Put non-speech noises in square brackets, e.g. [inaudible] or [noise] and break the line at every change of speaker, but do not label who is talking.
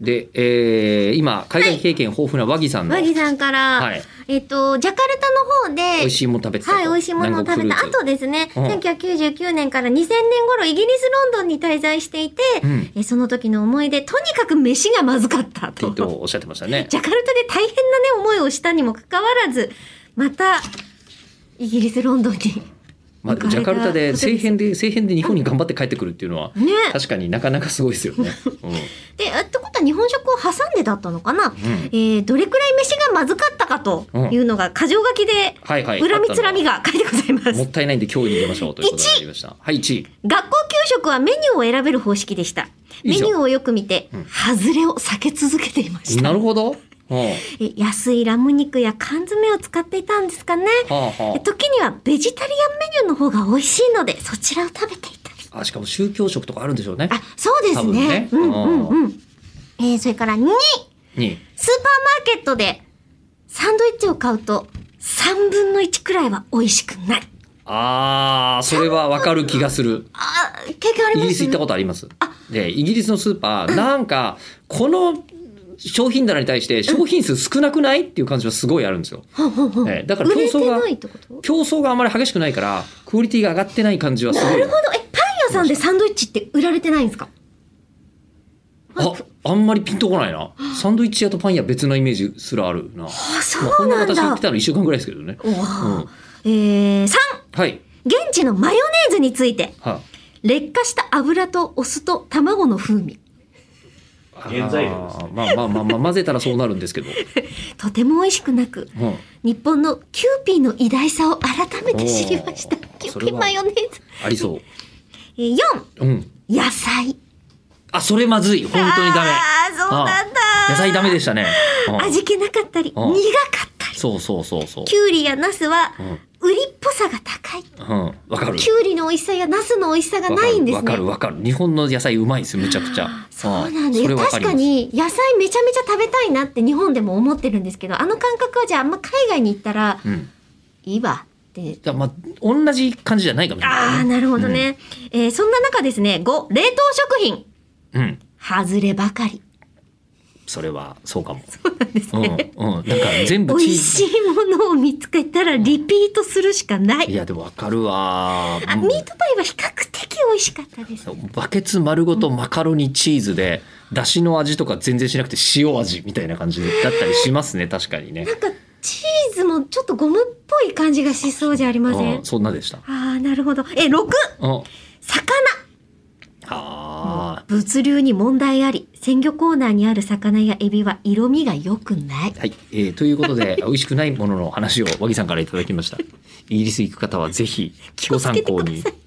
で、えー、今、海外経験豊富な和木さんの、
和木さんから、
はい
えっと、ジャカルタの方で、
美味しいもの食べてたと
はい、美味しいものを食べた
南国フ
後ですね、
うん
1999年から2000年頃、イギリス・ロンドンに滞在していて、
うん
えその時の思い出、とにかく飯がまずかった
ルーツ
と。
っておっしゃってました
[laughs]
ね。
ジャカルタで大変なね、思いをしたにもかかわらず、また、イギリス・ロンドンに。
まあ、
迎えた
ジャカルタで政変で、政変で日本に頑張って帰ってくるっていうのは、
ね。
確かになかなかすごいですよね。うん
で、あってことは日本食を挟んでだったのかな、
ん
えー、どれくらい飯がまずかったかというのが、箇条書きで、
はいはい。
恨みつらみが書いてございます
もっ。たいないんで今日に入れましょうということになりました。はい、1位。
学校給食はメニューを選べる方式でした。
いい
メ
じ
ニ
ゃん
ューをよく見て
うん、
ハズレを避け続けていました。
なるほど。うんは
え安いラム肉や缶詰を使っていたんですかね。
あ
え
は
時にはベジタリアンメニューの方が美味しいので、そちらを食べていたり。
あ。あ、しかも宗教色とかあるんでしょうね。
あ、そうで
多
すね。
分ね
うんうんうん。えーそれから2、
2位。
スーパーマーケットでサンドイッチを買うと3分の1くらいは美味しくない。
あー、それはわかる気がする。
あー、経験あり
イ
ます
ギリス行ったことあります。で、イギリスのスーパー、なんか、この商品棚に対して商品数少なくないっていう感じはすごいあるんですよ。
ほんほんほん
ええだから
売
競
れて
争が
な、いってこと
競争があまり激しくないから、クオリティが上がってない感じはす
な
ごい
るほ。ど。え、パン屋さんでサンドイッチって売られてないんですか
あ、あんまりピンとこないな。サンドイッチ屋とパン屋別なイメージすらあるな。ま
あ、
あ、
そ
こ
うん
な
なん
私行って
だ。
たの1週間ぐらいですけどね。
お
うん
わーえー、3!
はい。
現地のマヨネーズについて。
は
劣化した油とお酢と卵の風味。
あ
原材料です
あーまあまあまあまあ混ぜたらそうなるんですけど。
とても美味しくなく、
うん
日本のキューピーの偉大さを改めて知りました。
おー
キュ
そ
ー
れ
ピ
は
ーマヨネーズ。
ありそ
えー4!
う。うん。
野菜。
あ、それまずい。本当にダメ。
ああ、そうなんだ。
野菜ダメでしたね。うん
味気なかったり、苦
う
か
ん
ったり。
そうそうそうそう。
きゅうりやナスは
うん、
売りっぽさが高い。
うん。わかる。
きゅうりの美味しさやナスの美味しさがないんですね。
わかるわかるわかる。日本の野菜うまいですよめちゃくちゃ。
そうなん
ん
だ
それ
よ
わ
確
りま
か
す。
に野菜めちゃめちゃ食べたいなって日本でも思ってるんですけどあの感覚はじゃああんま海外に行ったら
うん。
いいわって。
じゃあまあ同じ感じじゃないかもしれ
あ
な
あ
いね。
なるほどね、えーそんな中ですね5冷凍食品
うん。
外ればかり
それはそうかも。
そうなんです
うん
ね、
うん。なんか全
美
部
味しいものを見つけたらリピートするしかないい
やでもわかるわ。
あミートパイは比較的美味しかったです
バケツ丸ごとマカロニチーズで、だしの味とか全然しなくて塩味みたいな感じだったりしますね、確かにね
な。んかチーズもちょっとゴムっぽい感じがしそうじゃありません、
うん、そんなでした。
ああなるほどえ6
うん。
魚
あ
物流に問題あり鮮魚コーナーにある魚やエビは色味が良くない
ーはい、えーということ
[laughs]
で、美味しくないものの話を和木さんからいただきました。イギリス行く方はぜひ、ご参考に
気をつけてください